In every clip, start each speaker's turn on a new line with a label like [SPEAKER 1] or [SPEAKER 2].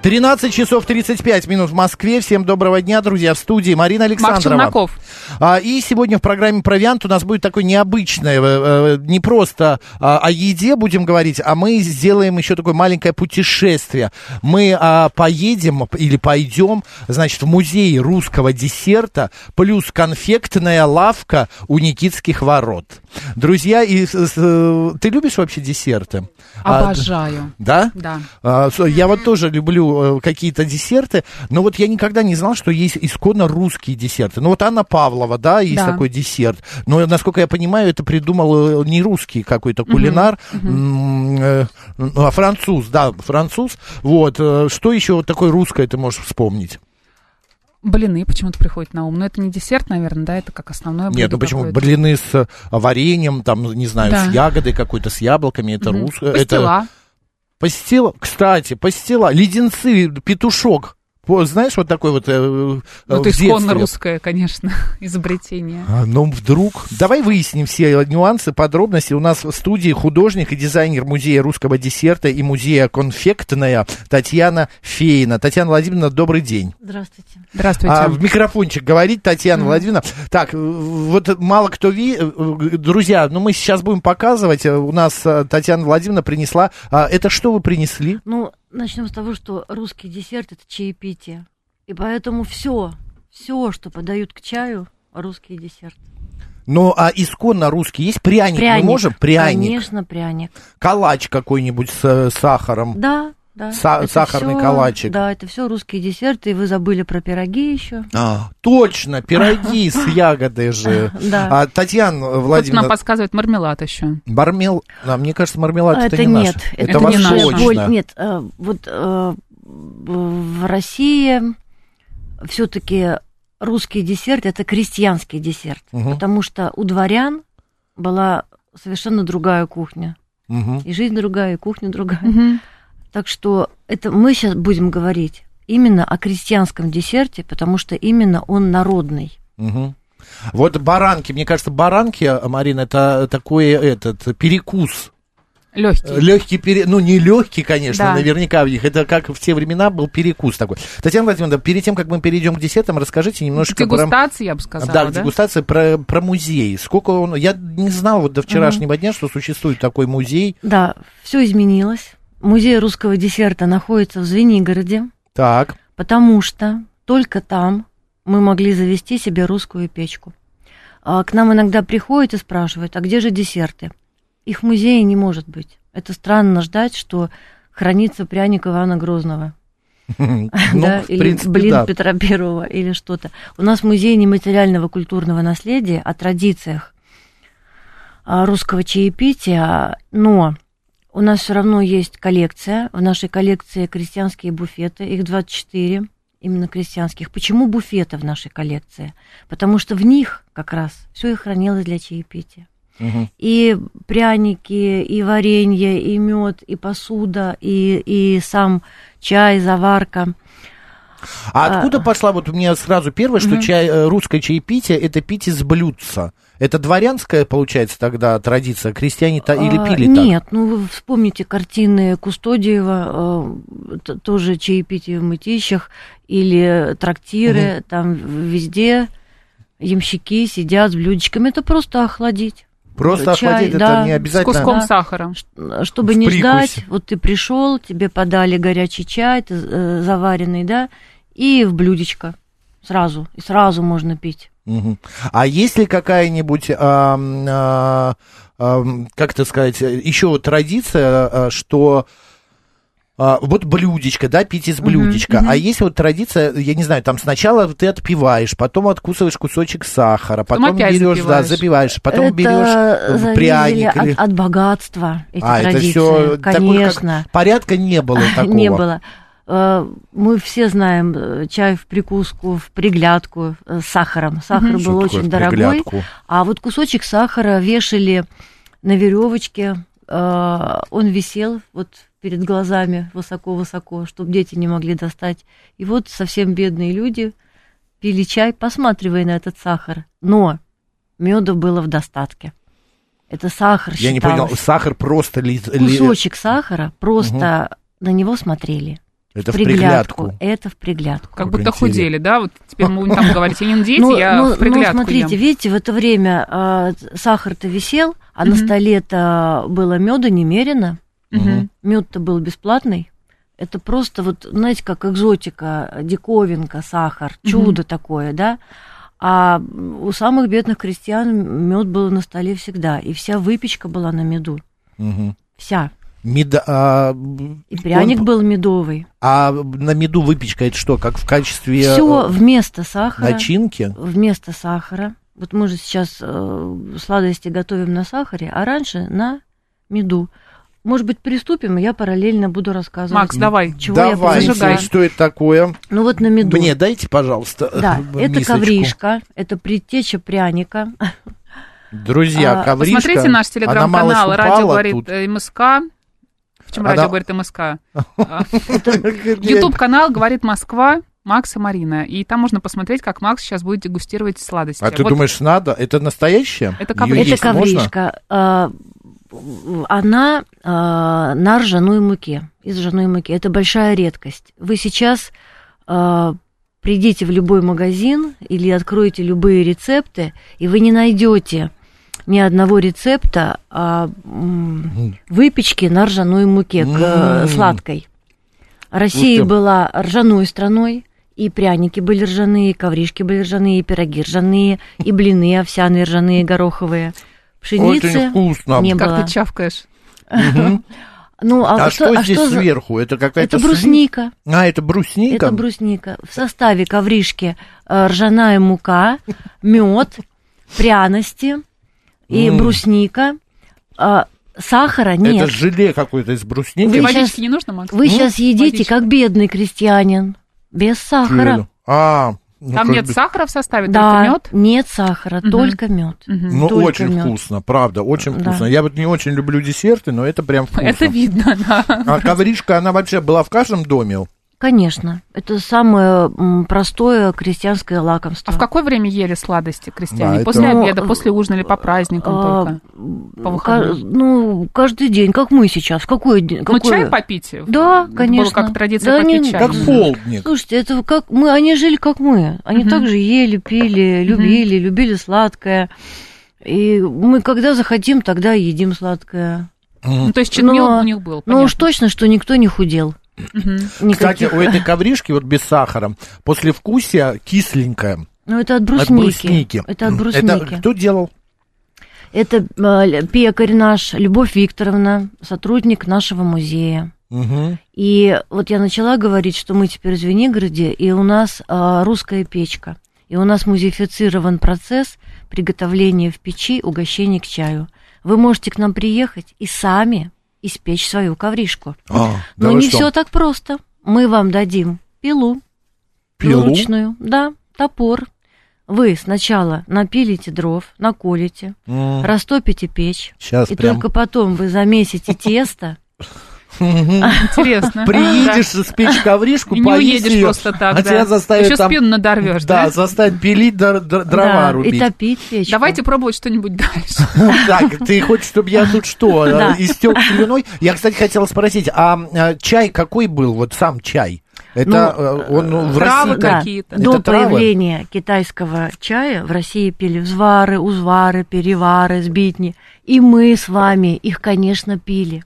[SPEAKER 1] 13 часов 35 минут в Москве. Всем доброго дня, друзья, в студии Марина Александрова.
[SPEAKER 2] Челноков.
[SPEAKER 1] А, и сегодня в программе «Провиант» у нас будет такое необычное, э, э, не просто а, о еде будем говорить, а мы сделаем еще такое маленькое путешествие. Мы а, поедем или пойдем, значит, в музей русского десерта плюс конфектная лавка у Никитских ворот. Друзья, и, с- с- э, ты любишь вообще десерты? А,
[SPEAKER 2] Обожаю.
[SPEAKER 1] да?
[SPEAKER 2] Да.
[SPEAKER 1] А, со- Я вот тоже люблю э, какие-то десерты, но вот я никогда не знал, что есть исконно русские десерты. Ну вот Анна Павлова, да, есть
[SPEAKER 2] Да.
[SPEAKER 1] такой десерт. Но, насколько я понимаю, это придумал э, не русский какой-то кулинар, м, э, ну, а француз, да, француз. Вот, э, что еще вот такое русское ты можешь вспомнить?
[SPEAKER 2] Блины почему-то приходят на ум. Но это не десерт, наверное, да? Это как основное А, блюдо
[SPEAKER 1] Нет, ну почему
[SPEAKER 2] какое-то.
[SPEAKER 1] блины с э, вареньем, там, не знаю,
[SPEAKER 2] Да.
[SPEAKER 1] с ягодой какой-то, с яблоками, это
[SPEAKER 2] Мгм.
[SPEAKER 1] русское. это-
[SPEAKER 2] Пастила.
[SPEAKER 1] Постила, кстати, постила, леденцы, петушок. Во, Знаешь, вот такой вот э, э,
[SPEAKER 2] Ну,
[SPEAKER 1] в
[SPEAKER 2] это исконно
[SPEAKER 1] детстве.
[SPEAKER 2] русское, конечно, изобретение.
[SPEAKER 1] А, Ну, вдруг. Давай выясним все нюансы, подробности. У нас в студии художник и дизайнер музея русского десерта и музея конфектная Татьяна Фейна. Татьяна Владимировна, добрый день.
[SPEAKER 3] Здравствуйте.
[SPEAKER 2] Здравствуйте.
[SPEAKER 1] А, в микрофончик говорит Татьяна Владимировна. Так, э, вот мало кто ви, э, э, друзья, ну мы сейчас будем показывать. Э, У нас э, Татьяна Владимировна принесла. а, это что вы принесли?
[SPEAKER 3] Ну, начнем с того, что русский десерт это чаепитие. И поэтому все, все, что подают к чаю, русский десерт.
[SPEAKER 1] Ну, а исконно русский есть пряник? Мы можем пряник,
[SPEAKER 3] Конечно, пряник.
[SPEAKER 1] калач какой-нибудь с э, сахаром.
[SPEAKER 3] Да, да.
[SPEAKER 1] Са-
[SPEAKER 3] это
[SPEAKER 1] сахарный
[SPEAKER 3] всё-
[SPEAKER 1] калачик.
[SPEAKER 3] Да, это все русские десерты, и вы забыли про пироги еще.
[SPEAKER 1] А, точно, пироги с ягодой же.
[SPEAKER 3] Да.
[SPEAKER 1] А, Татьяна
[SPEAKER 2] Кто-то нам
[SPEAKER 1] Владимировна,
[SPEAKER 2] подсказывает мармелад еще.
[SPEAKER 1] мармел, а, мне кажется, мармелад это, не
[SPEAKER 3] нет,
[SPEAKER 1] наше.
[SPEAKER 3] это,
[SPEAKER 2] Это не
[SPEAKER 3] не наша
[SPEAKER 2] наше.
[SPEAKER 1] восточное.
[SPEAKER 3] боль. Нет, э, вот э, в России все-таки русский десерт это крестьянский десерт,
[SPEAKER 1] Мгм,
[SPEAKER 3] потому что у дворян была совершенно другая кухня.
[SPEAKER 1] мгм.
[SPEAKER 3] И жизнь другая, и кухня другая. Так что это мы сейчас будем говорить именно о крестьянском десерте, потому что именно он народный.
[SPEAKER 1] Мгм. Вот баранки, мне кажется, баранки, а, Марина, это такой этот перекус.
[SPEAKER 2] Легкий.
[SPEAKER 1] Легкий пере... ну не легкий, конечно,
[SPEAKER 2] Да.
[SPEAKER 1] наверняка в них. Это как в те времена был перекус такой. Татьяна Владимировна, перед тем, как мы перейдем к десертам, расскажите немножечко про...
[SPEAKER 2] Дегустация, я бы сказала,
[SPEAKER 1] да,
[SPEAKER 2] да?
[SPEAKER 1] дегустация про, про музей. Сколько он. Я не знал вот до вчерашнего дня, что существует такой музей.
[SPEAKER 3] Да, все изменилось. Музей русского десерта находится в Звенигороде,
[SPEAKER 1] Так.
[SPEAKER 3] потому что только там мы могли завести себе русскую печку. А К нам иногда приходят и спрашивают, а где же десерты? Их в музее не может быть. Это странно ждать, что хранится пряник Ивана Грозного.
[SPEAKER 1] Ну,
[SPEAKER 3] да,
[SPEAKER 1] в
[SPEAKER 3] или
[SPEAKER 1] принципе,
[SPEAKER 3] блин
[SPEAKER 1] да.
[SPEAKER 3] Петра Первого, или что-то. У нас музей нематериального культурного наследия о традициях а, русского чаепития, но у нас все равно есть коллекция. В нашей коллекции крестьянские буфеты, их 24, именно крестьянских. Почему буфеты в нашей коллекции? Потому что в них как раз все и хранилось для чаепития
[SPEAKER 1] Мгм.
[SPEAKER 3] и пряники, и варенье, и мед, и посуда, и, и сам чай, заварка.
[SPEAKER 1] А
[SPEAKER 3] А.
[SPEAKER 1] откуда пошла? Вот у меня сразу первое, что
[SPEAKER 2] Мгм.
[SPEAKER 1] чай, э, русское чаепитие это пить из блюдца. Это дворянская, получается, тогда традиция? Крестьяне то или
[SPEAKER 3] А,
[SPEAKER 1] пили так?
[SPEAKER 3] Нет, ну вы вспомните картины Кустодиева, э, т- тоже чаепитие в мытищах, или трактиры, там везде ямщики сидят с блюдечками. Это просто охладить.
[SPEAKER 1] Просто
[SPEAKER 3] чай,
[SPEAKER 1] охладить это
[SPEAKER 3] да.
[SPEAKER 1] не
[SPEAKER 2] С
[SPEAKER 1] обязательно.
[SPEAKER 2] куском
[SPEAKER 3] Да.
[SPEAKER 2] сахара.
[SPEAKER 3] Ш- Чтобы
[SPEAKER 1] В
[SPEAKER 3] не
[SPEAKER 1] прикусе.
[SPEAKER 3] ждать, вот ты пришел, тебе подали горячий чай, ты, э, заваренный, да, и в блюдечко сразу, и сразу можно пить.
[SPEAKER 1] Мгм. А есть ли какая-нибудь, ам, а, ам, как это сказать, еще вот традиция, а, что а, вот блюдечко, да, пить из блюдечка. А есть вот традиция, я не знаю, там сначала ты отпиваешь, потом откусываешь кусочек сахара, потом,
[SPEAKER 2] опять
[SPEAKER 1] берешь, да,
[SPEAKER 2] запиваешь.
[SPEAKER 1] запиваешь, потом
[SPEAKER 3] Это
[SPEAKER 1] берешь э,
[SPEAKER 3] зависели
[SPEAKER 1] пряник.
[SPEAKER 3] от,
[SPEAKER 1] или-
[SPEAKER 3] от богатства эти
[SPEAKER 1] а, это
[SPEAKER 3] традиции,
[SPEAKER 1] все
[SPEAKER 3] конечно,
[SPEAKER 1] порядка не было такого.
[SPEAKER 3] не было. Э, Мы все знаем э, чай в прикуску, в приглядку э, с сахаром. Сахар
[SPEAKER 1] Что
[SPEAKER 3] был
[SPEAKER 1] такое в
[SPEAKER 3] очень дорогой,
[SPEAKER 1] приглядку?
[SPEAKER 3] а вот кусочек сахара вешали на веревочке, он Э, висел вот перед глазами высоко-высоко, чтобы дети не могли достать. И вот совсем бедные люди пили чай, посматривая на этот сахар. Но меда было в достатке. Это сахар
[SPEAKER 1] Я не
[SPEAKER 3] считалось.
[SPEAKER 1] понял, сахар просто... Ли, ли-
[SPEAKER 3] Кусочек сахара, просто на него смотрели.
[SPEAKER 1] это в приглядку.
[SPEAKER 3] Это в приглядку.
[SPEAKER 2] Как
[SPEAKER 1] Как
[SPEAKER 2] будто
[SPEAKER 1] интересно.
[SPEAKER 2] худели, да? Вот теперь мы будем там говорить, я не
[SPEAKER 3] Ну,
[SPEAKER 2] дети,
[SPEAKER 3] ну,
[SPEAKER 2] я
[SPEAKER 3] ну,
[SPEAKER 2] в приглядку
[SPEAKER 3] смотрите,
[SPEAKER 2] ем.
[SPEAKER 3] видите, в это время а, сахар-то висел, а на
[SPEAKER 2] Мгм.
[SPEAKER 3] столе-то было меда немерено.
[SPEAKER 2] Мгм.
[SPEAKER 3] Мед-то был бесплатный. Это просто вот, знаете, как экзотика, диковинка, сахар,
[SPEAKER 2] Мгм.
[SPEAKER 3] чудо такое, да. А у самых бедных крестьян мед был на столе всегда, и вся выпечка была на меду,
[SPEAKER 1] Мгм.
[SPEAKER 3] вся.
[SPEAKER 1] Меда- а,
[SPEAKER 3] И пряник был медовый.
[SPEAKER 1] а на меду выпечка это что, как в качестве
[SPEAKER 3] Все
[SPEAKER 1] э, а
[SPEAKER 3] вместо сахара.
[SPEAKER 1] начинки?
[SPEAKER 3] вместо сахара. Вот мы же сейчас э, сладости готовим на сахаре, а раньше на меду. Может быть, приступим, и я параллельно буду рассказывать.
[SPEAKER 1] ну,
[SPEAKER 2] Макс, давай.
[SPEAKER 3] чего я
[SPEAKER 1] Давайте,
[SPEAKER 2] зажигай.
[SPEAKER 3] зажигаю.
[SPEAKER 1] что это такое?
[SPEAKER 3] Ну вот на меду.
[SPEAKER 1] Мне дайте, пожалуйста,
[SPEAKER 3] да, это
[SPEAKER 1] мисочку.
[SPEAKER 3] ковришка, это предтеча пряника.
[SPEAKER 1] Друзья,
[SPEAKER 3] А,
[SPEAKER 1] ковришка,
[SPEAKER 2] Посмотрите наш
[SPEAKER 1] она мало
[SPEAKER 2] телеграм-канал «Радио
[SPEAKER 1] ступала
[SPEAKER 2] говорит
[SPEAKER 1] тут.
[SPEAKER 2] э, МСК». В чем
[SPEAKER 1] Она-
[SPEAKER 2] радио говорит МСК? А, Ютуб-канал «Говорит Москва». Макс и Марина. И там можно посмотреть, как Макс сейчас будет дегустировать сладости.
[SPEAKER 1] А ты
[SPEAKER 2] Вот
[SPEAKER 1] думаешь, надо? Это настоящее?
[SPEAKER 2] Это коври-
[SPEAKER 1] Её
[SPEAKER 3] это
[SPEAKER 1] есть можно?
[SPEAKER 3] ковришка. А, Она а, на ржаной муке, из ржаной муки. Это большая редкость. Вы сейчас а, придите в любой магазин или откроете любые рецепты, и вы не найдете ни одного рецепта а, м, выпечки на ржаной муке к э,
[SPEAKER 1] М.
[SPEAKER 3] сладкой. Россия
[SPEAKER 1] Ух ты.
[SPEAKER 3] была ржаной страной, и пряники были ржаные, и ковришки были ржаные, и пироги ржаные, и блины овсяные ржаные, гороховые,
[SPEAKER 1] Ой, это
[SPEAKER 3] пшеницы.
[SPEAKER 1] вкусно.
[SPEAKER 3] не
[SPEAKER 2] Как
[SPEAKER 3] было.
[SPEAKER 2] ты чавкаешь?
[SPEAKER 1] Мгм.
[SPEAKER 3] Ну,
[SPEAKER 1] А, что,
[SPEAKER 3] а
[SPEAKER 1] здесь
[SPEAKER 3] что за-
[SPEAKER 1] сверху? Это какая-то...
[SPEAKER 3] Это
[SPEAKER 1] сли-
[SPEAKER 3] брусника.
[SPEAKER 1] А, это брусника?
[SPEAKER 3] Это брусника. В составе ковришки э, ржаная мука, мед, пряности и
[SPEAKER 1] М.
[SPEAKER 3] брусника. А, Сахара
[SPEAKER 1] Это Ну,
[SPEAKER 3] нет.
[SPEAKER 1] желе какое-то из брусники?
[SPEAKER 2] Тебе
[SPEAKER 3] Вы
[SPEAKER 2] водички
[SPEAKER 3] щас-
[SPEAKER 2] не нужно, Макс?
[SPEAKER 3] Вы сейчас едите,
[SPEAKER 2] водичка.
[SPEAKER 3] как бедный крестьянин, без сахара.
[SPEAKER 1] Желе. А, ну,
[SPEAKER 2] Там
[SPEAKER 1] как
[SPEAKER 2] нет
[SPEAKER 1] бы-
[SPEAKER 2] сахара в составе,
[SPEAKER 3] Да,
[SPEAKER 2] только мед.
[SPEAKER 3] нет сахара,
[SPEAKER 2] Мгм.
[SPEAKER 3] только мед.
[SPEAKER 2] Мгм.
[SPEAKER 1] Ну,
[SPEAKER 3] только
[SPEAKER 1] очень
[SPEAKER 3] мед.
[SPEAKER 1] вкусно, правда, очень
[SPEAKER 3] Да.
[SPEAKER 1] вкусно. Я вот не очень люблю десерты, но это прям вкусно.
[SPEAKER 2] Это видно, да.
[SPEAKER 1] А ковришка, она вообще была в каждом доме?
[SPEAKER 3] Конечно, это самое м, простое крестьянское лакомство.
[SPEAKER 2] А в какое время ели сладости крестьяне?
[SPEAKER 1] Да, это-
[SPEAKER 2] после
[SPEAKER 3] Ну,
[SPEAKER 2] обеда, после ужина или по праздникам
[SPEAKER 3] А,
[SPEAKER 2] только? Ну,
[SPEAKER 3] м,
[SPEAKER 2] По выходным?
[SPEAKER 3] ка- Ну, каждый день, как мы сейчас. Какой день?
[SPEAKER 2] Ну,
[SPEAKER 3] какой-
[SPEAKER 2] чай попить.
[SPEAKER 3] Да,
[SPEAKER 2] Было
[SPEAKER 3] конечно.
[SPEAKER 2] как традиция
[SPEAKER 3] Да
[SPEAKER 2] попить
[SPEAKER 3] они-
[SPEAKER 2] чай.
[SPEAKER 1] Как
[SPEAKER 2] Мгм.
[SPEAKER 1] полдник.
[SPEAKER 3] Слушайте, это как мы, они жили как мы. Они
[SPEAKER 2] Мгм.
[SPEAKER 3] также ели, пили, любили, любили сладкое. И мы когда захотим, тогда и едим сладкое.
[SPEAKER 2] Ну, то есть
[SPEAKER 3] Но-
[SPEAKER 2] читмил у них был,
[SPEAKER 3] Ну уж точно, что никто не худел.
[SPEAKER 2] Мгм.
[SPEAKER 1] Кстати,
[SPEAKER 3] Никаких.
[SPEAKER 1] у этой ковришки, вот без сахара, послевкусие кисленькое.
[SPEAKER 3] Ну это от
[SPEAKER 1] От
[SPEAKER 3] брусники.
[SPEAKER 1] брусники.
[SPEAKER 3] Это от брусники.
[SPEAKER 1] Это кто делал?
[SPEAKER 3] Это, э, л- пекарь наш, Любовь Викторовна, сотрудник нашего музея.
[SPEAKER 1] Мгм.
[SPEAKER 3] И вот я начала говорить, что мы теперь в Звенигороде, и у нас э, русская печка. И у нас музеифицирован процесс приготовления в печи угощений к чаю. Вы можете к нам приехать и сами испечь свою ковришку.
[SPEAKER 1] А, да
[SPEAKER 3] Но
[SPEAKER 1] вы
[SPEAKER 3] не
[SPEAKER 1] что?
[SPEAKER 3] все так просто. Мы вам дадим пилу,
[SPEAKER 1] Пилу?
[SPEAKER 3] ручную, да, топор. Вы сначала напилите дров, наколите,
[SPEAKER 1] М,
[SPEAKER 3] растопите печь,
[SPEAKER 1] Сейчас
[SPEAKER 3] и
[SPEAKER 1] прям.
[SPEAKER 3] только потом вы замесите тесто.
[SPEAKER 1] Мгм.
[SPEAKER 2] Интересно.
[SPEAKER 1] Приедешь спечь
[SPEAKER 2] Да.
[SPEAKER 1] ковришку,
[SPEAKER 2] И не
[SPEAKER 1] поешь
[SPEAKER 2] уедешь
[SPEAKER 1] её,
[SPEAKER 2] просто так, да.
[SPEAKER 1] а тебя заставят
[SPEAKER 2] Еще
[SPEAKER 1] там-
[SPEAKER 2] спину надорвешь,
[SPEAKER 1] Да, заставить пилить, дор- дор- дрова
[SPEAKER 3] да,
[SPEAKER 1] рубить.
[SPEAKER 3] И топить печь.
[SPEAKER 2] Давайте пробовать что-нибудь дальше.
[SPEAKER 1] Так, ты хочешь, чтобы я тут что, э,
[SPEAKER 3] Да.
[SPEAKER 1] истек слюной? Я, кстати, хотела спросить, а э, чай какой был, вот сам чай? Это
[SPEAKER 3] Ну,
[SPEAKER 1] э, он ну, в
[SPEAKER 2] травы
[SPEAKER 1] России
[SPEAKER 2] да. какие-то.
[SPEAKER 3] До
[SPEAKER 1] Это травы?
[SPEAKER 3] появления китайского чая в России пили взвары, узвары, перевары, сбитни. И мы с вами их, конечно, пили.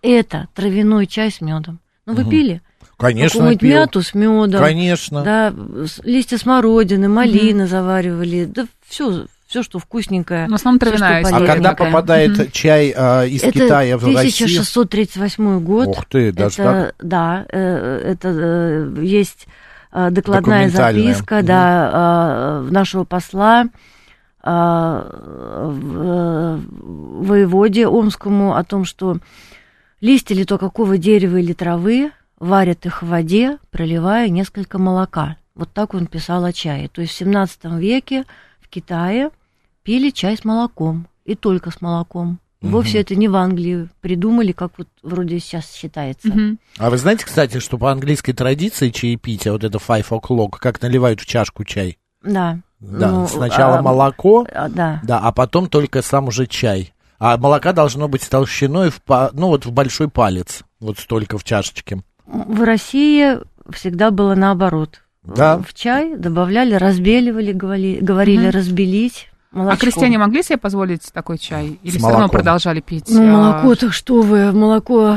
[SPEAKER 3] Это травяной чай с медом. Ну, вы пили?
[SPEAKER 1] Конечно,
[SPEAKER 3] Какую-нибудь
[SPEAKER 1] пил.
[SPEAKER 3] мяту с медом.
[SPEAKER 1] Конечно.
[SPEAKER 3] Да, с- листья смородины, малины заваривали. Да все, все, что вкусненькое.
[SPEAKER 2] В основном
[SPEAKER 3] Всё, что
[SPEAKER 2] травяная
[SPEAKER 1] А
[SPEAKER 2] история
[SPEAKER 3] полезно.
[SPEAKER 1] когда
[SPEAKER 2] такая.
[SPEAKER 1] попадает
[SPEAKER 2] Мгм.
[SPEAKER 1] чай э, из
[SPEAKER 3] это
[SPEAKER 1] Китая в Россию?
[SPEAKER 3] 1638 год.
[SPEAKER 1] Ух ты, даже так.
[SPEAKER 3] это, да, э, это э, есть э, докладная
[SPEAKER 1] Документальная.
[SPEAKER 3] записка,
[SPEAKER 1] Мгм.
[SPEAKER 3] да, э, нашего посла э, в- э, воеводе Омскому о том, что листья ли то какого дерева или травы варят их в воде, проливая несколько молока. Вот так он писал о чае. То есть в 17 веке в Китае пили чай с молоком и только с молоком. Вовсе это не в Англии придумали, как вот вроде сейчас считается.
[SPEAKER 2] Мгм.
[SPEAKER 1] А вы знаете, кстати, что по английской традиции чаепитие, вот это five o'clock, как наливают в чашку чай?
[SPEAKER 3] Да.
[SPEAKER 1] Да,
[SPEAKER 3] Ну,
[SPEAKER 1] сначала
[SPEAKER 3] а,
[SPEAKER 1] молоко,
[SPEAKER 3] а, да.
[SPEAKER 1] да, а потом только сам уже чай. А молока должно быть толщиной, в, па- ну вот в большой палец, вот столько в чашечке.
[SPEAKER 3] В России всегда было наоборот.
[SPEAKER 1] Да.
[SPEAKER 3] В чай добавляли, разбеливали, говорили, говорили
[SPEAKER 2] Мгм.
[SPEAKER 3] разбелить. Молочко.
[SPEAKER 2] А крестьяне могли себе позволить такой чай? Или
[SPEAKER 1] С
[SPEAKER 2] все равно
[SPEAKER 1] молоком.
[SPEAKER 2] продолжали пить?
[SPEAKER 3] Ну,
[SPEAKER 2] а,
[SPEAKER 3] молоко-то что вы, молоко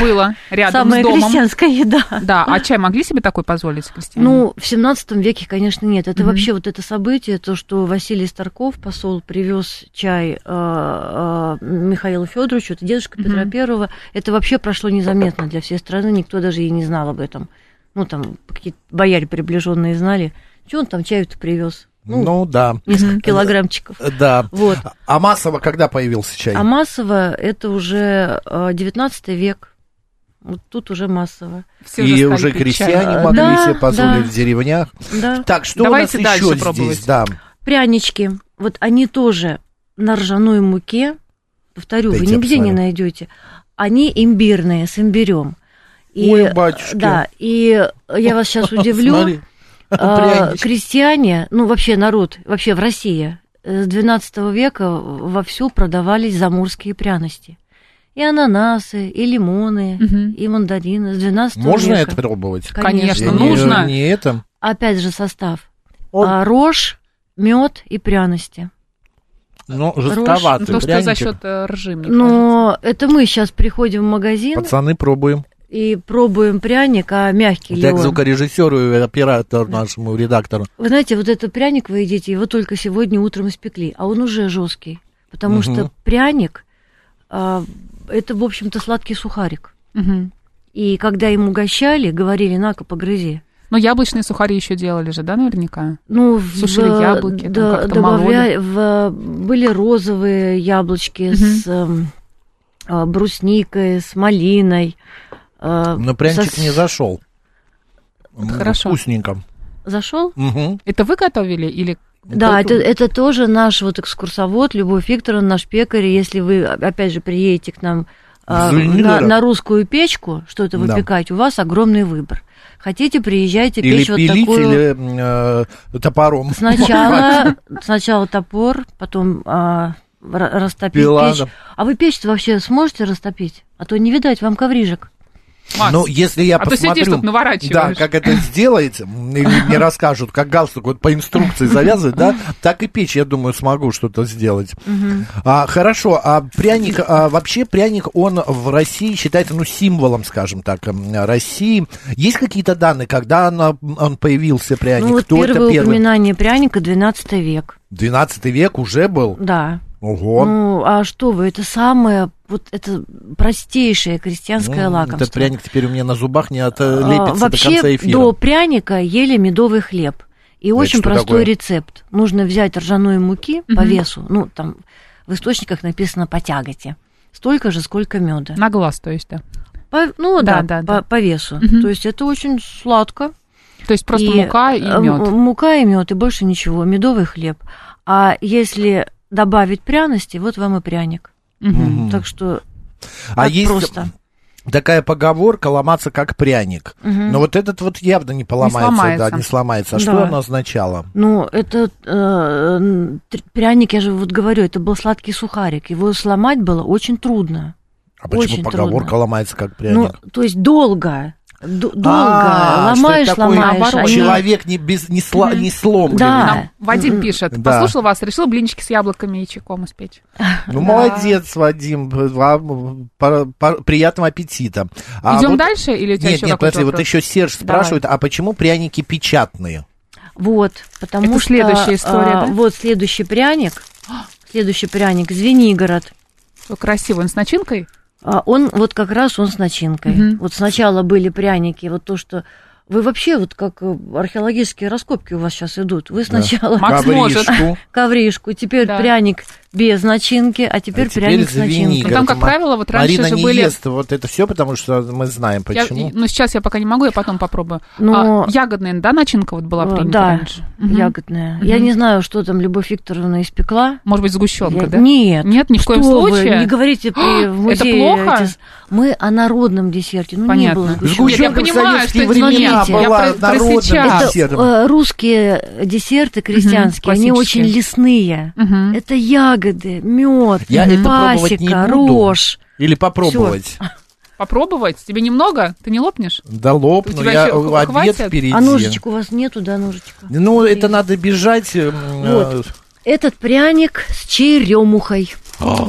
[SPEAKER 2] Было рядом
[SPEAKER 3] самая
[SPEAKER 2] с домом.
[SPEAKER 3] крестьянская еда.
[SPEAKER 2] Да, а чай могли себе такой позволить крестьяне?
[SPEAKER 3] Ну, в 17 веке, конечно, нет. Это
[SPEAKER 2] Мгм.
[SPEAKER 3] вообще вот это событие, то, что Василий Старков, посол, привез чай э, э, Михаилу Федоровичу, это дедушка Петра
[SPEAKER 2] Мгм.
[SPEAKER 3] Первого, это вообще прошло незаметно для всей страны, никто даже и не знал об этом. Ну, там какие-то бояре приближенные знали. Че он там чаю-то привез?
[SPEAKER 1] Ну,
[SPEAKER 3] Ну,
[SPEAKER 1] да.
[SPEAKER 3] несколько килограммчиков.
[SPEAKER 1] Да.
[SPEAKER 3] Вот.
[SPEAKER 1] А массово когда появился чай?
[SPEAKER 3] А массово это уже э, 19 век. Вот тут уже массово.
[SPEAKER 2] Все
[SPEAKER 1] И
[SPEAKER 2] же
[SPEAKER 1] уже
[SPEAKER 2] стали пить чай.
[SPEAKER 1] крестьяне
[SPEAKER 3] Да,
[SPEAKER 1] могли
[SPEAKER 3] да.
[SPEAKER 1] себе позволить в деревнях.
[SPEAKER 3] Да.
[SPEAKER 1] Так, что
[SPEAKER 2] Давайте
[SPEAKER 1] у нас
[SPEAKER 2] дальше
[SPEAKER 1] еще здесь?
[SPEAKER 2] пробовать.
[SPEAKER 1] Да.
[SPEAKER 3] Прянички. Вот они тоже на ржаной муке. Повторю,
[SPEAKER 1] Дайте
[SPEAKER 3] вы
[SPEAKER 1] я
[SPEAKER 3] нигде не
[SPEAKER 1] посмотрю.
[SPEAKER 3] найдете. Они имбирные, с имбирем. И,
[SPEAKER 1] Ой, батюшки.
[SPEAKER 3] Да, и я вас сейчас удивлю.
[SPEAKER 1] Смотри.
[SPEAKER 3] а,
[SPEAKER 1] прянички.
[SPEAKER 3] Крестьяне, ну вообще народ, вообще в России э, с 12 века вовсю продавались заморские пряности. И ананасы, и лимоны,
[SPEAKER 2] Мгм.
[SPEAKER 3] и мандарины с 12
[SPEAKER 1] Можно
[SPEAKER 3] века.
[SPEAKER 1] это пробовать?
[SPEAKER 2] Конечно,
[SPEAKER 1] Я не-
[SPEAKER 2] нужно.
[SPEAKER 1] Не, это.
[SPEAKER 3] Опять же состав.
[SPEAKER 1] Он-
[SPEAKER 3] А, рожь, мед и пряности.
[SPEAKER 1] Ну,
[SPEAKER 2] Ну,
[SPEAKER 1] жестковатый
[SPEAKER 2] то, что за
[SPEAKER 1] пряник.
[SPEAKER 2] счет э, ржи, мне кажется.
[SPEAKER 3] Но это мы сейчас приходим в магазин
[SPEAKER 1] Пацаны, пробуем.
[SPEAKER 3] и пробуем пряник, а мягкий ли
[SPEAKER 1] Я к
[SPEAKER 3] он.
[SPEAKER 1] звукорежиссеру и оператору нашему редактору.
[SPEAKER 3] Вы знаете, вот этот пряник вы едите, его только сегодня утром испекли, а он уже жесткий, потому
[SPEAKER 1] Мгм.
[SPEAKER 3] что пряник а, это, в общем-то, сладкий сухарик.
[SPEAKER 2] Мгм.
[SPEAKER 3] И когда им угощали, говорили, на-ка, погрызи.
[SPEAKER 2] Но яблочные сухари еще делали же, да, наверняка?
[SPEAKER 3] Ну, в-
[SPEAKER 2] Сушили
[SPEAKER 3] э,
[SPEAKER 2] яблоки, там
[SPEAKER 3] да,
[SPEAKER 2] как-то
[SPEAKER 3] добавля- в- были розовые яблочки с эм, а, брусникой, с малиной. а,
[SPEAKER 1] Но прянчик
[SPEAKER 3] со-
[SPEAKER 1] не зашел. М,
[SPEAKER 2] хорошо.
[SPEAKER 1] Вкусненько.
[SPEAKER 3] Зашел?
[SPEAKER 1] Мгм.
[SPEAKER 2] Это вы готовили или...
[SPEAKER 3] Да, это,
[SPEAKER 2] кто-то-
[SPEAKER 3] это тоже наш вот экскурсовод, Любовь Викторовна, наш пекарь. Если вы, о- опять же, приедете к нам а,
[SPEAKER 1] В Зуйнюрах?
[SPEAKER 3] на, на русскую печку что-то
[SPEAKER 1] Да.
[SPEAKER 3] выпекать, у вас огромный выбор. Хотите, приезжайте
[SPEAKER 1] Или
[SPEAKER 3] печь вот
[SPEAKER 1] пилить,
[SPEAKER 3] такую...
[SPEAKER 1] или м, э, топором.
[SPEAKER 3] Сначала, сначала топор, потом а, ра- растопить
[SPEAKER 1] Пила,
[SPEAKER 3] печь.
[SPEAKER 1] да.
[SPEAKER 3] А вы печь-то вообще сможете растопить? А то не видать вам коврижек.
[SPEAKER 2] Макс,
[SPEAKER 1] Ну, если я
[SPEAKER 2] а то
[SPEAKER 1] посмотрю...
[SPEAKER 2] сидишь тут
[SPEAKER 1] Да,
[SPEAKER 2] наворачиваешь.
[SPEAKER 1] как это сделаете, или мне расскажут, как галстук вот по инструкции завязывать, да, так и печь, я думаю, смогу что-то сделать.
[SPEAKER 3] Ну
[SPEAKER 1] А, хорошо, а пряник, а, вообще пряник, он в России считается, ну, символом, скажем так, м, России. Есть какие-то данные, когда она- он появился, пряник?
[SPEAKER 3] ну вот
[SPEAKER 1] Кто это
[SPEAKER 3] первое
[SPEAKER 1] первый?
[SPEAKER 3] упоминание пряника 12 век.
[SPEAKER 1] 12 век уже был?
[SPEAKER 3] Да.
[SPEAKER 1] Ого.
[SPEAKER 3] Ну, а что вы, это самое, вот это простейшее крестьянское
[SPEAKER 1] М,
[SPEAKER 3] лакомство.
[SPEAKER 1] ну, Этот пряник теперь у меня на зубах не
[SPEAKER 3] А,
[SPEAKER 1] отлепится
[SPEAKER 3] Вообще,
[SPEAKER 1] до конца эфира.
[SPEAKER 3] до пряника ели медовый хлеб. И очень
[SPEAKER 1] что
[SPEAKER 3] простой
[SPEAKER 1] такое?
[SPEAKER 3] рецепт. Нужно взять ржаной муки по
[SPEAKER 2] Мгм.
[SPEAKER 3] весу. Ну, там в источниках написано по тяготе. Столько же, сколько меда.
[SPEAKER 2] На глаз, то есть, да.
[SPEAKER 3] По- ну
[SPEAKER 2] Да,
[SPEAKER 3] да,
[SPEAKER 2] да,
[SPEAKER 3] по,
[SPEAKER 2] да.
[SPEAKER 3] по весу.
[SPEAKER 2] Мгм.
[SPEAKER 3] То есть это очень сладко.
[SPEAKER 2] То есть просто
[SPEAKER 3] И,
[SPEAKER 2] мука и
[SPEAKER 3] э, м-
[SPEAKER 2] мед.
[SPEAKER 3] Мука и мед, и больше ничего. Медовый хлеб. А если добавить пряности, вот вам и пряник.
[SPEAKER 1] Мгм.
[SPEAKER 3] Так что
[SPEAKER 1] А
[SPEAKER 3] так
[SPEAKER 1] есть
[SPEAKER 3] просто.
[SPEAKER 1] такая поговорка «ломаться как пряник».
[SPEAKER 3] Мгм.
[SPEAKER 1] Но вот этот вот явно не поломается,
[SPEAKER 2] сломается.
[SPEAKER 1] да, не сломается. А что
[SPEAKER 3] Да.
[SPEAKER 1] оно означало?
[SPEAKER 3] Ну, это э, м, тр- пряник, я же вот говорю, это был сладкий сухарик. Его сломать было очень трудно.
[SPEAKER 1] А почему
[SPEAKER 3] Очень
[SPEAKER 1] поговорка
[SPEAKER 3] трудно.
[SPEAKER 1] ломается как пряник?
[SPEAKER 3] Ну, то есть долго. д- долго.
[SPEAKER 1] А, что
[SPEAKER 3] ломаешь,
[SPEAKER 1] это такое?
[SPEAKER 3] ломаешь.
[SPEAKER 2] Наоборот.
[SPEAKER 3] они-
[SPEAKER 1] Человек не, без, не, сла- не сломленный.
[SPEAKER 3] Да.
[SPEAKER 2] Нам Вадим пишет.
[SPEAKER 1] Да.
[SPEAKER 2] Послушал вас, решил блинчики с яблоками и чайком испечь.
[SPEAKER 1] Ну, молодец, Вадим. Вам пора- пора- приятного аппетита. А
[SPEAKER 2] Идем
[SPEAKER 1] вот-
[SPEAKER 2] дальше или у тебя
[SPEAKER 1] Нет,
[SPEAKER 2] еще
[SPEAKER 1] нет,
[SPEAKER 2] какой-то
[SPEAKER 1] подожди, вот
[SPEAKER 2] вопрос?
[SPEAKER 1] еще Серж
[SPEAKER 2] Давай.
[SPEAKER 1] спрашивает, а почему пряники печатные?
[SPEAKER 3] Вот, потому
[SPEAKER 2] Это
[SPEAKER 3] что... а,
[SPEAKER 2] следующая история, да?
[SPEAKER 3] Вот следующий пряник. Следующий пряник Звенигород.
[SPEAKER 2] Ой, Красивый, он с начинкой?
[SPEAKER 3] А Он вот как раз он с начинкой.
[SPEAKER 2] Мгм.
[SPEAKER 3] Вот сначала были пряники, вот то, что Вы вообще, вот как э, археологические раскопки у вас сейчас идут, вы сначала
[SPEAKER 2] Макс может.
[SPEAKER 1] Ковришку.
[SPEAKER 3] ковришку, теперь
[SPEAKER 2] Да.
[SPEAKER 3] пряник без начинки, а теперь,
[SPEAKER 1] А теперь
[SPEAKER 3] пряник с
[SPEAKER 1] звенигород.
[SPEAKER 2] Ну,
[SPEAKER 3] начинкой.
[SPEAKER 2] там,
[SPEAKER 1] Игорь,
[SPEAKER 2] как
[SPEAKER 1] Ма-
[SPEAKER 2] правило, вот раньше
[SPEAKER 1] Марина
[SPEAKER 2] же
[SPEAKER 1] не
[SPEAKER 2] были...
[SPEAKER 1] ест вот это все, потому что мы знаем
[SPEAKER 2] Я-
[SPEAKER 1] почему.
[SPEAKER 2] ну, сейчас я пока не могу, я потом попробую.
[SPEAKER 3] Но
[SPEAKER 2] А, ягодная, да, начинка вот была
[SPEAKER 3] Ну, Э,
[SPEAKER 2] принята
[SPEAKER 3] да,
[SPEAKER 2] раньше? Мгм.
[SPEAKER 3] ягодная. Я
[SPEAKER 2] Мгм.
[SPEAKER 3] не знаю, что там Любовь Викторовна испекла.
[SPEAKER 2] Может быть, сгущенка,
[SPEAKER 3] Я-
[SPEAKER 2] да?
[SPEAKER 3] Нет.
[SPEAKER 2] Нет, ни в
[SPEAKER 3] Что
[SPEAKER 2] коем
[SPEAKER 3] вы,
[SPEAKER 2] случае.
[SPEAKER 3] не говорите при, в
[SPEAKER 2] Это
[SPEAKER 3] музее.
[SPEAKER 2] плохо?
[SPEAKER 3] эти- мы о народном десерте. Ну,
[SPEAKER 2] Понятно.
[SPEAKER 3] не было
[SPEAKER 2] Нет, я
[SPEAKER 1] Сгущенка в
[SPEAKER 2] понимаю,
[SPEAKER 1] советские
[SPEAKER 2] что это
[SPEAKER 1] времена
[SPEAKER 3] нет, я
[SPEAKER 1] была
[SPEAKER 2] про- про
[SPEAKER 1] народным
[SPEAKER 2] сейчас.
[SPEAKER 3] Это
[SPEAKER 1] десертом.
[SPEAKER 3] э, русские десерты крестьянские, они
[SPEAKER 2] классические.
[SPEAKER 3] очень лесные.
[SPEAKER 2] Мгм.
[SPEAKER 3] Это ягоды, мед,
[SPEAKER 1] Я это пробовать не
[SPEAKER 3] пасека,
[SPEAKER 1] буду.
[SPEAKER 3] рожь.
[SPEAKER 1] Или попробовать.
[SPEAKER 2] Попробовать? Тебе немного? Ты не лопнешь?
[SPEAKER 1] Да лопну,
[SPEAKER 2] У тебя
[SPEAKER 1] я
[SPEAKER 2] ещё
[SPEAKER 1] э, обед
[SPEAKER 2] хватит? А
[SPEAKER 1] впереди.
[SPEAKER 3] А ножичек у вас нету, да, ножичка?
[SPEAKER 1] Ну, это надо бежать. э, м, э,
[SPEAKER 3] Этот пряник с черемухой.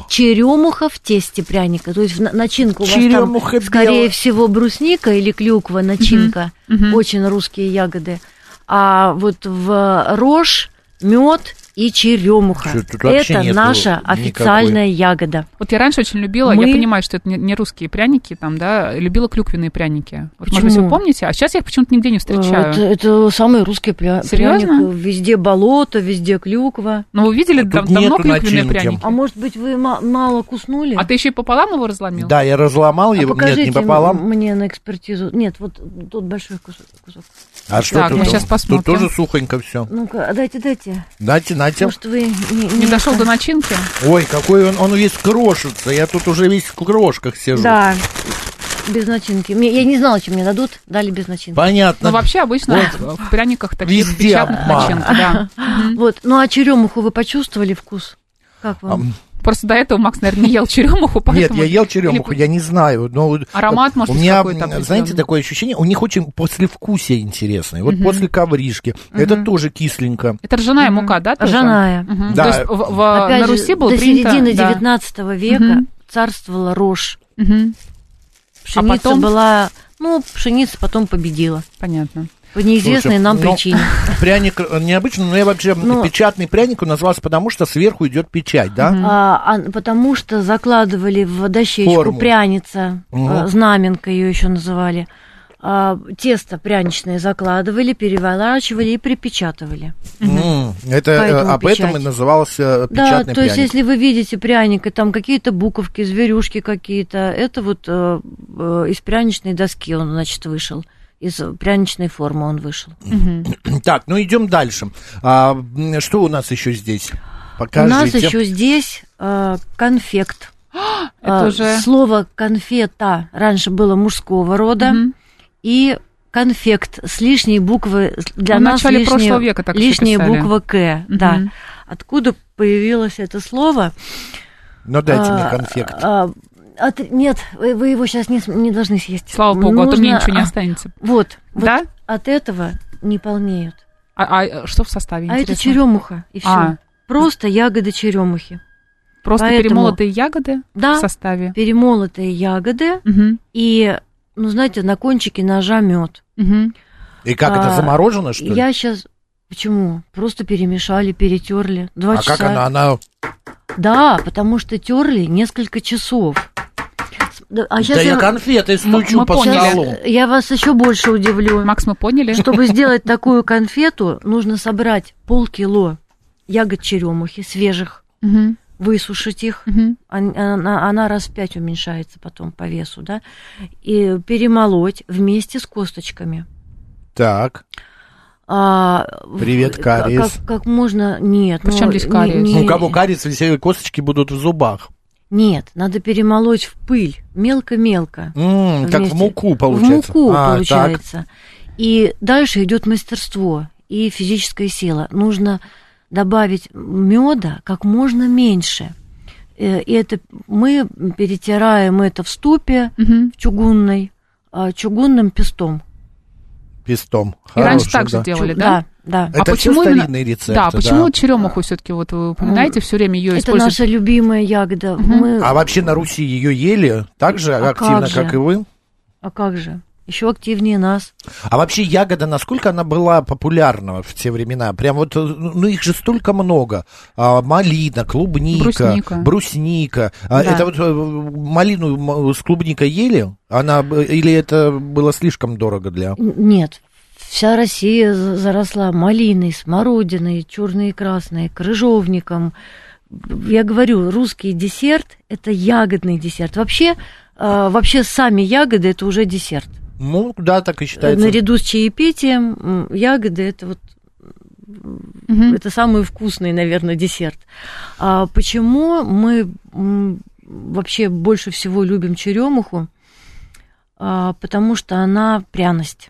[SPEAKER 3] Черемуха в тесте пряника. То есть в на- начинка у вас там,
[SPEAKER 1] Черемуха
[SPEAKER 3] скорее
[SPEAKER 1] белая.
[SPEAKER 3] всего, брусника или клюква, начинка.
[SPEAKER 2] Мгм.
[SPEAKER 3] Очень русские ягоды. А вот в рожь, мед и черемуха.
[SPEAKER 1] Чё, тут вообще
[SPEAKER 3] Это
[SPEAKER 1] нету
[SPEAKER 3] наша
[SPEAKER 1] никакой.
[SPEAKER 3] официальная ягода.
[SPEAKER 2] Вот я раньше очень любила,
[SPEAKER 3] Мы-
[SPEAKER 2] я понимаю, что это не, не русские пряники, там, да, любила клюквенные пряники. Вот, может быть,
[SPEAKER 3] Почему? э,
[SPEAKER 2] вы помните, а сейчас я их почему-то нигде не встречаю.
[SPEAKER 3] Это, это самый русский пря-
[SPEAKER 2] Серьезно?
[SPEAKER 3] пряник. Везде болото, везде клюква.
[SPEAKER 2] Но вы видели
[SPEAKER 1] А тут
[SPEAKER 2] дав- давно
[SPEAKER 1] нету
[SPEAKER 2] клюквенные
[SPEAKER 1] начинки.
[SPEAKER 2] пряники?
[SPEAKER 3] А может быть, вы ма- мало куснули?
[SPEAKER 2] А ты еще и пополам его разломил?
[SPEAKER 1] Да, я разломал
[SPEAKER 3] А
[SPEAKER 1] его, нет,
[SPEAKER 3] покажите
[SPEAKER 1] не пополам.
[SPEAKER 3] м- мне на экспертизу. Нет, вот тут большой кусок. кусок.
[SPEAKER 1] А что
[SPEAKER 2] Так,
[SPEAKER 1] тут?
[SPEAKER 2] я щас посмотрим.
[SPEAKER 1] Тут тоже сухонько все.
[SPEAKER 3] Ну-ка, а дайте, дайте.
[SPEAKER 1] Дайте, дайте.
[SPEAKER 3] Может, вы не,
[SPEAKER 2] Не дошел
[SPEAKER 3] это.
[SPEAKER 2] до начинки?
[SPEAKER 1] Ой, какой он, он весь крошится. Я тут уже весь в крошках сижу.
[SPEAKER 3] Да, без начинки. Мне- я не знала, чем мне дадут, дали без начинки.
[SPEAKER 1] Понятно.
[SPEAKER 2] Ну, вообще, обычно в пряниках такие
[SPEAKER 1] Везде
[SPEAKER 2] печатных
[SPEAKER 1] обман.
[SPEAKER 2] начинок, да.
[SPEAKER 3] Вот, ну а черемуху вы почувствовали вкус? Как
[SPEAKER 1] А,
[SPEAKER 3] вам?
[SPEAKER 2] Просто до этого Макс, наверное, не ел черемуху,
[SPEAKER 1] Нет,
[SPEAKER 2] поэтому...
[SPEAKER 1] я ел черемуху,
[SPEAKER 2] Или-
[SPEAKER 1] я не знаю. Но вот
[SPEAKER 2] Аромат, может
[SPEAKER 1] у
[SPEAKER 2] быть,
[SPEAKER 1] меня,
[SPEAKER 2] какой-то
[SPEAKER 1] м, знаете,
[SPEAKER 2] определенный.
[SPEAKER 1] такое ощущение, у них очень послевкусие интересное. Вот
[SPEAKER 2] Мгм.
[SPEAKER 1] после ковришки. Это тоже кисленько.
[SPEAKER 2] Это ржаная
[SPEAKER 3] Мгм.
[SPEAKER 2] мука, да? тоже?
[SPEAKER 3] Ржаная.
[SPEAKER 2] Мгм.
[SPEAKER 1] Да.
[SPEAKER 2] То есть в- в-
[SPEAKER 3] Опять
[SPEAKER 2] а, на
[SPEAKER 3] же,
[SPEAKER 2] Руси было
[SPEAKER 3] до
[SPEAKER 2] принято...
[SPEAKER 3] середины
[SPEAKER 2] да.
[SPEAKER 3] 19 века
[SPEAKER 2] Мгм.
[SPEAKER 3] царствовала рожь.
[SPEAKER 2] Мгм.
[SPEAKER 3] Пшеница
[SPEAKER 2] потом?
[SPEAKER 3] была... Ну, пшеница потом победила.
[SPEAKER 2] Понятно.
[SPEAKER 3] По неизвестной
[SPEAKER 1] Слушай,
[SPEAKER 3] нам
[SPEAKER 1] ну,
[SPEAKER 3] причине.
[SPEAKER 1] Пряник э, необычный, но я вообще
[SPEAKER 3] Ну.
[SPEAKER 1] печатный пряник у назвался, потому что сверху идет печать, да?
[SPEAKER 3] А, а потому что закладывали в дощечку
[SPEAKER 1] Форму.
[SPEAKER 3] пряница,
[SPEAKER 1] Мгм.
[SPEAKER 3] э, знаменка ее еще называли. А, тесто пряничное закладывали, переворачивали и припечатывали.
[SPEAKER 1] М, Это
[SPEAKER 3] Поэтому
[SPEAKER 1] э, об этом
[SPEAKER 3] печать.
[SPEAKER 1] и назывался э,
[SPEAKER 3] да,
[SPEAKER 1] печатный
[SPEAKER 3] то есть,
[SPEAKER 1] пряник.
[SPEAKER 3] если вы видите пряник, и там какие-то буковки, зверюшки какие-то, это вот э, э, из пряничной доски он, значит, вышел. Из пряничной формы он вышел.
[SPEAKER 2] Мгм.
[SPEAKER 1] Так, ну идем дальше. А, м, что у нас еще здесь?
[SPEAKER 3] У
[SPEAKER 1] Покажите.
[SPEAKER 3] нас еще здесь э, конфект.
[SPEAKER 2] Это
[SPEAKER 3] А,
[SPEAKER 2] уже...
[SPEAKER 3] Слово конфета раньше было мужского рода,
[SPEAKER 2] Мгм.
[SPEAKER 3] и конфект с лишней буквы с- для
[SPEAKER 2] В
[SPEAKER 3] нас
[SPEAKER 2] начале
[SPEAKER 3] лишняя,
[SPEAKER 2] прошлого века так еще
[SPEAKER 3] лишняя
[SPEAKER 2] писали.
[SPEAKER 3] буква К.
[SPEAKER 2] Мгм.
[SPEAKER 3] Да. Откуда появилось это слово?
[SPEAKER 1] Ну дайте
[SPEAKER 3] А,
[SPEAKER 1] мне конфект.
[SPEAKER 3] а, от- нет, вы, вы его сейчас не, с- не должны съесть.
[SPEAKER 2] Слава богу, а то мне
[SPEAKER 3] Нужно-
[SPEAKER 2] ничего не
[SPEAKER 3] а,
[SPEAKER 2] останется.
[SPEAKER 3] Вот, вот
[SPEAKER 2] Да?
[SPEAKER 3] от этого не полнеют.
[SPEAKER 2] А, а что в составе?
[SPEAKER 3] А это
[SPEAKER 2] интересно?
[SPEAKER 3] черемуха и все.
[SPEAKER 2] А,
[SPEAKER 3] Просто ягоды черемухи.
[SPEAKER 2] просто
[SPEAKER 3] Поэтому- А?
[SPEAKER 2] перемолотые ягоды в
[SPEAKER 3] Да,
[SPEAKER 2] составе.
[SPEAKER 3] перемолотые ягоды
[SPEAKER 2] Мгм.
[SPEAKER 3] и, ну знаете, на кончике ножа мед.
[SPEAKER 2] Мгм.
[SPEAKER 1] И как это
[SPEAKER 3] а,
[SPEAKER 1] заморожено, что ли?
[SPEAKER 3] Я сейчас... Почему? Просто перемешали, перетерли. Два
[SPEAKER 1] А
[SPEAKER 3] часа.
[SPEAKER 1] как она? Она
[SPEAKER 3] Да, потому что терли несколько часов. С- да, А щас
[SPEAKER 1] да я
[SPEAKER 3] я-
[SPEAKER 1] конфеты стучу
[SPEAKER 2] мы
[SPEAKER 1] по
[SPEAKER 2] поняли.
[SPEAKER 3] щас
[SPEAKER 1] столу.
[SPEAKER 3] я вас еще больше удивлю.
[SPEAKER 2] Макс, мы поняли.
[SPEAKER 3] Чтобы сделать такую конфету, нужно собрать полкило ягод черемухи свежих,
[SPEAKER 2] Мгм.
[SPEAKER 3] высушить их.
[SPEAKER 2] Мгм.
[SPEAKER 3] Ан- Она, она раз в пять уменьшается потом по весу, да? И перемолоть вместе с косточками.
[SPEAKER 1] Так.
[SPEAKER 3] А, в-
[SPEAKER 1] Привет,
[SPEAKER 3] как-
[SPEAKER 1] кариес.
[SPEAKER 3] Как, как можно... Нет. ну,
[SPEAKER 2] При чем здесь
[SPEAKER 3] не-
[SPEAKER 2] кариес?
[SPEAKER 3] не-
[SPEAKER 1] Ну, У кого кариес, веселые косточки будут в зубах.
[SPEAKER 3] Нет, надо перемолоть в пыль, мелко-мелко.
[SPEAKER 1] М, как в
[SPEAKER 3] Вместе.
[SPEAKER 1] муку получается.
[SPEAKER 3] В муку
[SPEAKER 1] А, так.
[SPEAKER 3] получается. И дальше идет мастерство и физическая сила. Нужно добавить меда как можно меньше. Э, И это мы перетираем это в ступе
[SPEAKER 2] Мгм.
[SPEAKER 3] в чугунной, а, чугунным пестом.
[SPEAKER 1] Пестом.
[SPEAKER 2] И раньше
[SPEAKER 1] Хорошим,
[SPEAKER 2] так же
[SPEAKER 1] да.
[SPEAKER 2] делали,
[SPEAKER 3] Чу-
[SPEAKER 2] да?
[SPEAKER 3] Да, да.
[SPEAKER 1] Это
[SPEAKER 2] А
[SPEAKER 1] все
[SPEAKER 2] почему именно-
[SPEAKER 1] старинные рецепты.
[SPEAKER 2] Да, почему черемуху все-таки вот вы упоминаете, все время ее
[SPEAKER 3] Ну, Это
[SPEAKER 2] используют?
[SPEAKER 3] наша любимая ягода.
[SPEAKER 2] Мгм.
[SPEAKER 3] Мы...
[SPEAKER 1] А вообще на Руси ее ели так же
[SPEAKER 3] А
[SPEAKER 1] активно,
[SPEAKER 3] как
[SPEAKER 1] как,
[SPEAKER 3] же?
[SPEAKER 1] и вы?
[SPEAKER 3] а как же? Еще активнее нас.
[SPEAKER 1] А вообще ягода, насколько она была популярна в те времена? Прям вот, э, ну их же столько много. А, малина, клубника,
[SPEAKER 2] Брусника.
[SPEAKER 1] брусника. А,
[SPEAKER 3] Да.
[SPEAKER 1] Это вот э, малину м- с клубникой ели? Она, б- или это было слишком дорого для...
[SPEAKER 3] Н- Нет, вся Россия за- заросла малиной, смородиной, черной и красной, крыжовником. Я говорю, русский десерт – это ягодный десерт. Вообще, э, вообще сами ягоды – это уже десерт.
[SPEAKER 1] Ну, да, так и считается.
[SPEAKER 3] Наряду с чаепитием м, ягоды – это вот м,
[SPEAKER 2] Мгм.
[SPEAKER 3] это самый вкусный, наверное, десерт. А почему мы м, вообще больше всего любим черемуху? А, потому что она пряность.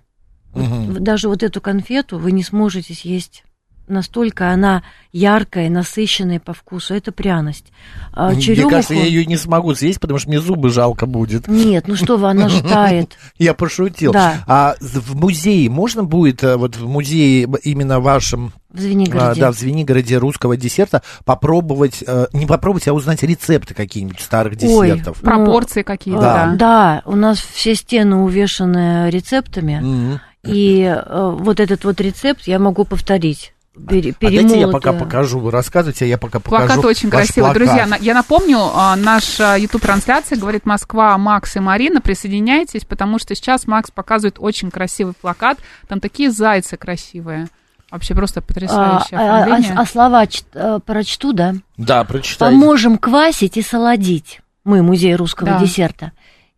[SPEAKER 1] Мгм.
[SPEAKER 3] В- Даже вот эту конфету вы не сможете съесть. Настолько она яркая, насыщенная по вкусу. Это пряность. А
[SPEAKER 1] Мне
[SPEAKER 3] черемуху-
[SPEAKER 1] кажется, я ее не смогу съесть, потому что мне зубы жалко будет.
[SPEAKER 3] Нет, ну что вы, она же тает.
[SPEAKER 1] Я пошутил.
[SPEAKER 3] Да.
[SPEAKER 1] А з- в музее можно будет, э, вот в музее б- именно вашем,
[SPEAKER 3] В
[SPEAKER 1] а,
[SPEAKER 3] Звенигороде.
[SPEAKER 1] да, в Звенигороде русского десерта попробовать, э, не попробовать, а узнать рецепты какие-нибудь старых
[SPEAKER 3] Ой.
[SPEAKER 1] десертов?
[SPEAKER 3] Ну,
[SPEAKER 2] Пропорции какие-то,
[SPEAKER 1] да.
[SPEAKER 2] да.
[SPEAKER 3] Да, у нас все стены увешаны рецептами.
[SPEAKER 1] Мгм.
[SPEAKER 3] И э, вот этот вот рецепт я могу повторить. Пере-
[SPEAKER 1] А дайте я
[SPEAKER 3] перемолотые.
[SPEAKER 1] пока покажу, вы рассказывайте, а я пока покажу.
[SPEAKER 2] Плакат очень
[SPEAKER 1] ваш
[SPEAKER 2] красивый.
[SPEAKER 1] плакат.
[SPEAKER 2] Друзья, на- я напомню, а, наша YouTube-трансляция говорит Москва, Макс и Марина. Присоединяйтесь, потому что сейчас Макс показывает очень красивый плакат. Там такие зайцы красивые. Вообще просто
[SPEAKER 3] А,
[SPEAKER 2] потрясающее
[SPEAKER 3] а- а-
[SPEAKER 2] оформление.
[SPEAKER 3] а слова чит- э, прочту, да?
[SPEAKER 1] Да, прочитайте.
[SPEAKER 3] Поможем квасить и солодить. Мы, музей русского
[SPEAKER 2] Да.
[SPEAKER 3] десерта.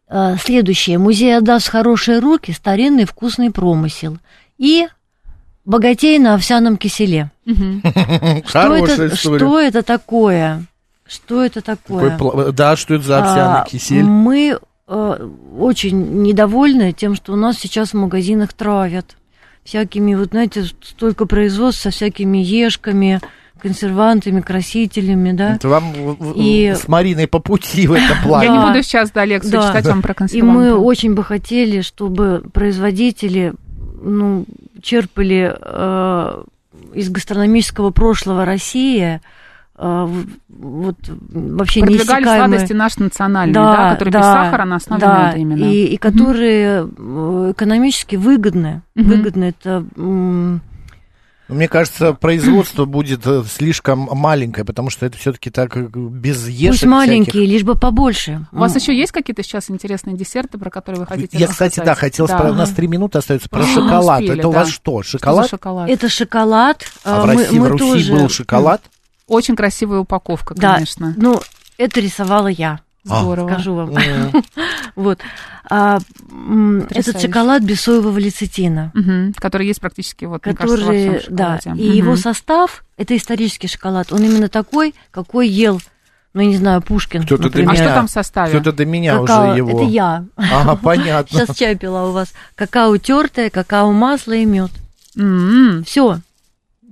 [SPEAKER 3] Э, Следующее. Музей отдаст в хорошие руки старинный вкусный промысел. И богатей на овсяном киселе.
[SPEAKER 2] Мгм.
[SPEAKER 3] а, Что
[SPEAKER 1] Ну, Хорошая
[SPEAKER 3] это,
[SPEAKER 1] история.
[SPEAKER 3] что это такое? Что это
[SPEAKER 1] Какой
[SPEAKER 3] такое?
[SPEAKER 1] пла- э, Да, что это за овсяный
[SPEAKER 3] А,
[SPEAKER 1] кисель?
[SPEAKER 3] Мы э, очень недовольны тем, что у нас сейчас в магазинах травят всякими, вот знаете, столько производств со всякими ешками, консервантами, красителями, да.
[SPEAKER 1] Это вам в- в-
[SPEAKER 3] И-
[SPEAKER 1] с Мариной по пути в этом
[SPEAKER 2] Я не
[SPEAKER 1] плане.
[SPEAKER 3] Да.
[SPEAKER 2] буду сейчас да, лекцию
[SPEAKER 3] Да.
[SPEAKER 2] читать вам про
[SPEAKER 3] И мы
[SPEAKER 2] консерванты.
[SPEAKER 3] очень бы хотели, чтобы производители, ну, черпали э, из гастрономического прошлого России э, в- вот вообще
[SPEAKER 2] Продвигали
[SPEAKER 3] неиссякаемые-
[SPEAKER 2] сладости наши национальные, да, которые без сахара на основе
[SPEAKER 3] да,
[SPEAKER 2] меда именно.
[SPEAKER 3] И, и которые э, экономически выгодны.
[SPEAKER 2] Мгм.
[SPEAKER 3] Выгодны это м,
[SPEAKER 1] Мне кажется, производство будет э, слишком маленькое, потому что это все-таки так э, без ешек
[SPEAKER 3] пусть
[SPEAKER 1] всяких.
[SPEAKER 3] маленькие, лишь бы побольше.
[SPEAKER 2] У вас еще есть какие-то сейчас интересные десерты, про которые вы хотите
[SPEAKER 1] Я, кстати, да,
[SPEAKER 2] рассказать?
[SPEAKER 1] хотел спро- У нас три минуты остается про
[SPEAKER 2] Ага.
[SPEAKER 1] шоколад.
[SPEAKER 2] Успели,
[SPEAKER 1] Это у
[SPEAKER 2] да.
[SPEAKER 1] вас
[SPEAKER 2] Что
[SPEAKER 1] что,
[SPEAKER 2] за
[SPEAKER 1] шоколад?
[SPEAKER 2] шоколад?
[SPEAKER 3] Это шоколад.
[SPEAKER 1] А в
[SPEAKER 3] э, мы-
[SPEAKER 1] России,
[SPEAKER 3] мы
[SPEAKER 1] в Руси
[SPEAKER 3] тоже-
[SPEAKER 1] был шоколад?
[SPEAKER 2] Очень красивая упаковка,
[SPEAKER 3] Да.
[SPEAKER 2] конечно.
[SPEAKER 3] Ну, это рисовала я,
[SPEAKER 1] А.
[SPEAKER 2] Здорово.
[SPEAKER 3] скажу вам.
[SPEAKER 1] М,
[SPEAKER 3] Вот. А, м, этот
[SPEAKER 2] Потрясающе.
[SPEAKER 3] шоколад бесоевого лецитина.
[SPEAKER 2] Мгм. Который есть практически вот, мне кажется, во всем
[SPEAKER 3] который, да,
[SPEAKER 2] шоколаде.
[SPEAKER 3] и его
[SPEAKER 2] Мгм.
[SPEAKER 3] состав это исторический шоколад. Он именно такой, какой ел, ну я не знаю, Пушкин,
[SPEAKER 2] А
[SPEAKER 1] Кто-то для
[SPEAKER 3] например.
[SPEAKER 2] что
[SPEAKER 1] меня.
[SPEAKER 2] там в составе?
[SPEAKER 1] Кто-то до меня
[SPEAKER 3] Какао.
[SPEAKER 1] уже его.
[SPEAKER 3] Это я.
[SPEAKER 1] Ага, понятно.
[SPEAKER 3] Сейчас чай пила у вас. Какао тертое, какао масло и мед.
[SPEAKER 2] М,
[SPEAKER 3] Все.
[SPEAKER 2] М-м.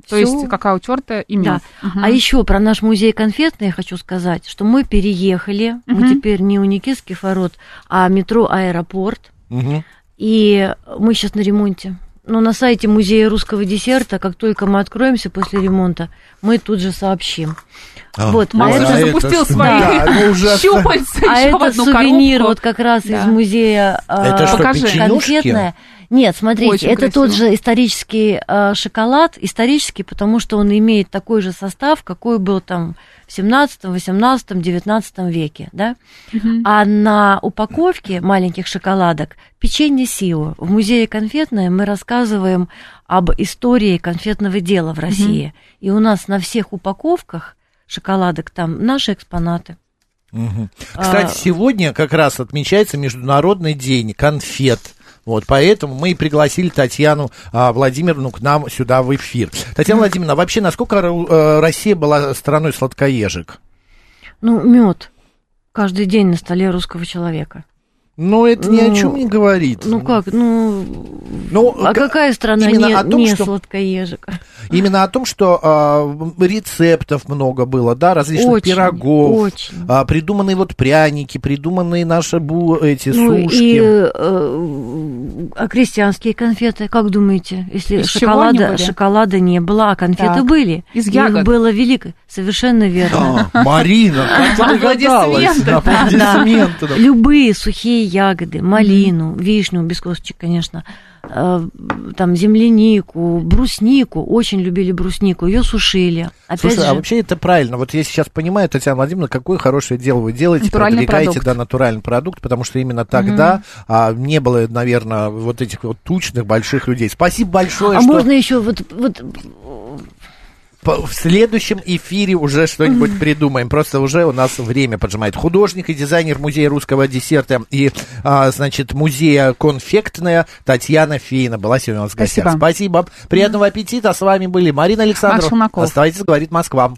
[SPEAKER 2] То есть какао тертое и мед. Мгм.
[SPEAKER 3] А еще про наш музей конфетный я хочу сказать, что мы переехали. Мы
[SPEAKER 2] Мгм.
[SPEAKER 3] теперь не у Никитских ворот, а метро Аэропорт.
[SPEAKER 1] Мгм.
[SPEAKER 3] И мы сейчас на ремонте. Но на сайте музея русского десерта, как только мы откроемся после ремонта, мы тут же сообщим.
[SPEAKER 1] А,
[SPEAKER 3] Вот,
[SPEAKER 2] Макс
[SPEAKER 3] а
[SPEAKER 2] уже
[SPEAKER 3] это-
[SPEAKER 2] запустил
[SPEAKER 1] что-
[SPEAKER 2] свои
[SPEAKER 1] Да, ну, ужасно.
[SPEAKER 2] щупальца
[SPEAKER 3] А
[SPEAKER 2] еще в
[SPEAKER 3] это
[SPEAKER 2] одну
[SPEAKER 3] сувенир
[SPEAKER 2] коробку.
[SPEAKER 3] вот как раз
[SPEAKER 2] Да.
[SPEAKER 3] из музея а,
[SPEAKER 1] Это что,
[SPEAKER 2] Покажи.
[SPEAKER 1] печенюшки?
[SPEAKER 3] конфетное. Нет, смотрите,
[SPEAKER 2] Очень
[SPEAKER 3] это
[SPEAKER 2] красиво.
[SPEAKER 3] тот же исторический э, шоколад, исторический, потому что он имеет такой же состав, какой был там в 17, 18, 19 веке, да?
[SPEAKER 2] Мгм.
[SPEAKER 3] А на упаковке маленьких шоколадок печенье Сио. В музее конфетное мы рассказываем об истории конфетного дела в России. И у нас на всех упаковках шоколадок там наши экспонаты.
[SPEAKER 1] Мгм.
[SPEAKER 3] А,
[SPEAKER 1] Кстати, сегодня как раз отмечается Международный день конфет. Вот, поэтому мы и пригласили Татьяну а, Владимировну к нам сюда в эфир. Татьяна Владимировна, вообще, насколько Ру- э, Россия была страной сладкоежек?
[SPEAKER 3] Ну, мед каждый день на столе русского человека.
[SPEAKER 1] Ну, это ни о
[SPEAKER 3] Ну,
[SPEAKER 1] чем не говорит.
[SPEAKER 3] Ну как, ну...
[SPEAKER 1] Ну,
[SPEAKER 3] а
[SPEAKER 1] ка-
[SPEAKER 3] какая страна
[SPEAKER 1] именно
[SPEAKER 3] не,
[SPEAKER 1] о том,
[SPEAKER 3] не
[SPEAKER 1] что-
[SPEAKER 3] сладкоежек?
[SPEAKER 1] Именно о том, что а, рецептов много было, да, различных
[SPEAKER 3] Очень,
[SPEAKER 1] пирогов,
[SPEAKER 3] очень.
[SPEAKER 1] а, придуманные вот пряники, придуманные наши бу эти
[SPEAKER 3] Ну и
[SPEAKER 1] сушки.
[SPEAKER 3] э, а крестьянские конфеты, как думаете, если
[SPEAKER 2] Из чего они
[SPEAKER 3] шоколада,
[SPEAKER 2] были?
[SPEAKER 3] шоколада не было, а конфеты
[SPEAKER 2] Так.
[SPEAKER 3] были?
[SPEAKER 2] Из
[SPEAKER 3] Их
[SPEAKER 2] ягод.
[SPEAKER 3] было велико, совершенно верно.
[SPEAKER 1] А, Марина, как ты догадалась?
[SPEAKER 2] Аплодисменты, да.
[SPEAKER 1] Аплодисменты, да.
[SPEAKER 3] Любые сухие ягоды, малину, вишню без косточек, конечно, э, там землянику, бруснику, очень любили бруснику, ее сушили. Опять
[SPEAKER 1] Слушай,
[SPEAKER 3] же,
[SPEAKER 1] а вообще это правильно. Вот я сейчас понимаю, Татьяна Владимировна, какое хорошее дело вы делаете,
[SPEAKER 2] Натуральный
[SPEAKER 1] продвигаете
[SPEAKER 2] продукт.
[SPEAKER 1] да, натуральный продукт, потому что именно тогда а, не было, наверное, вот этих вот тучных больших людей. Спасибо большое,
[SPEAKER 3] а
[SPEAKER 1] что
[SPEAKER 3] можно еще вот, вот
[SPEAKER 1] по- в следующем эфире уже что-нибудь придумаем. Просто уже у нас время поджимает. Художник и дизайнер музея русского десерта и, а, значит, музея конфектная Татьяна Фейна была сегодня у нас в гостях.
[SPEAKER 2] Спасибо.
[SPEAKER 1] Спасибо. Приятного аппетита. С вами были Марина Александрова.
[SPEAKER 2] Челноков.
[SPEAKER 1] Оставайтесь, говорит Москва.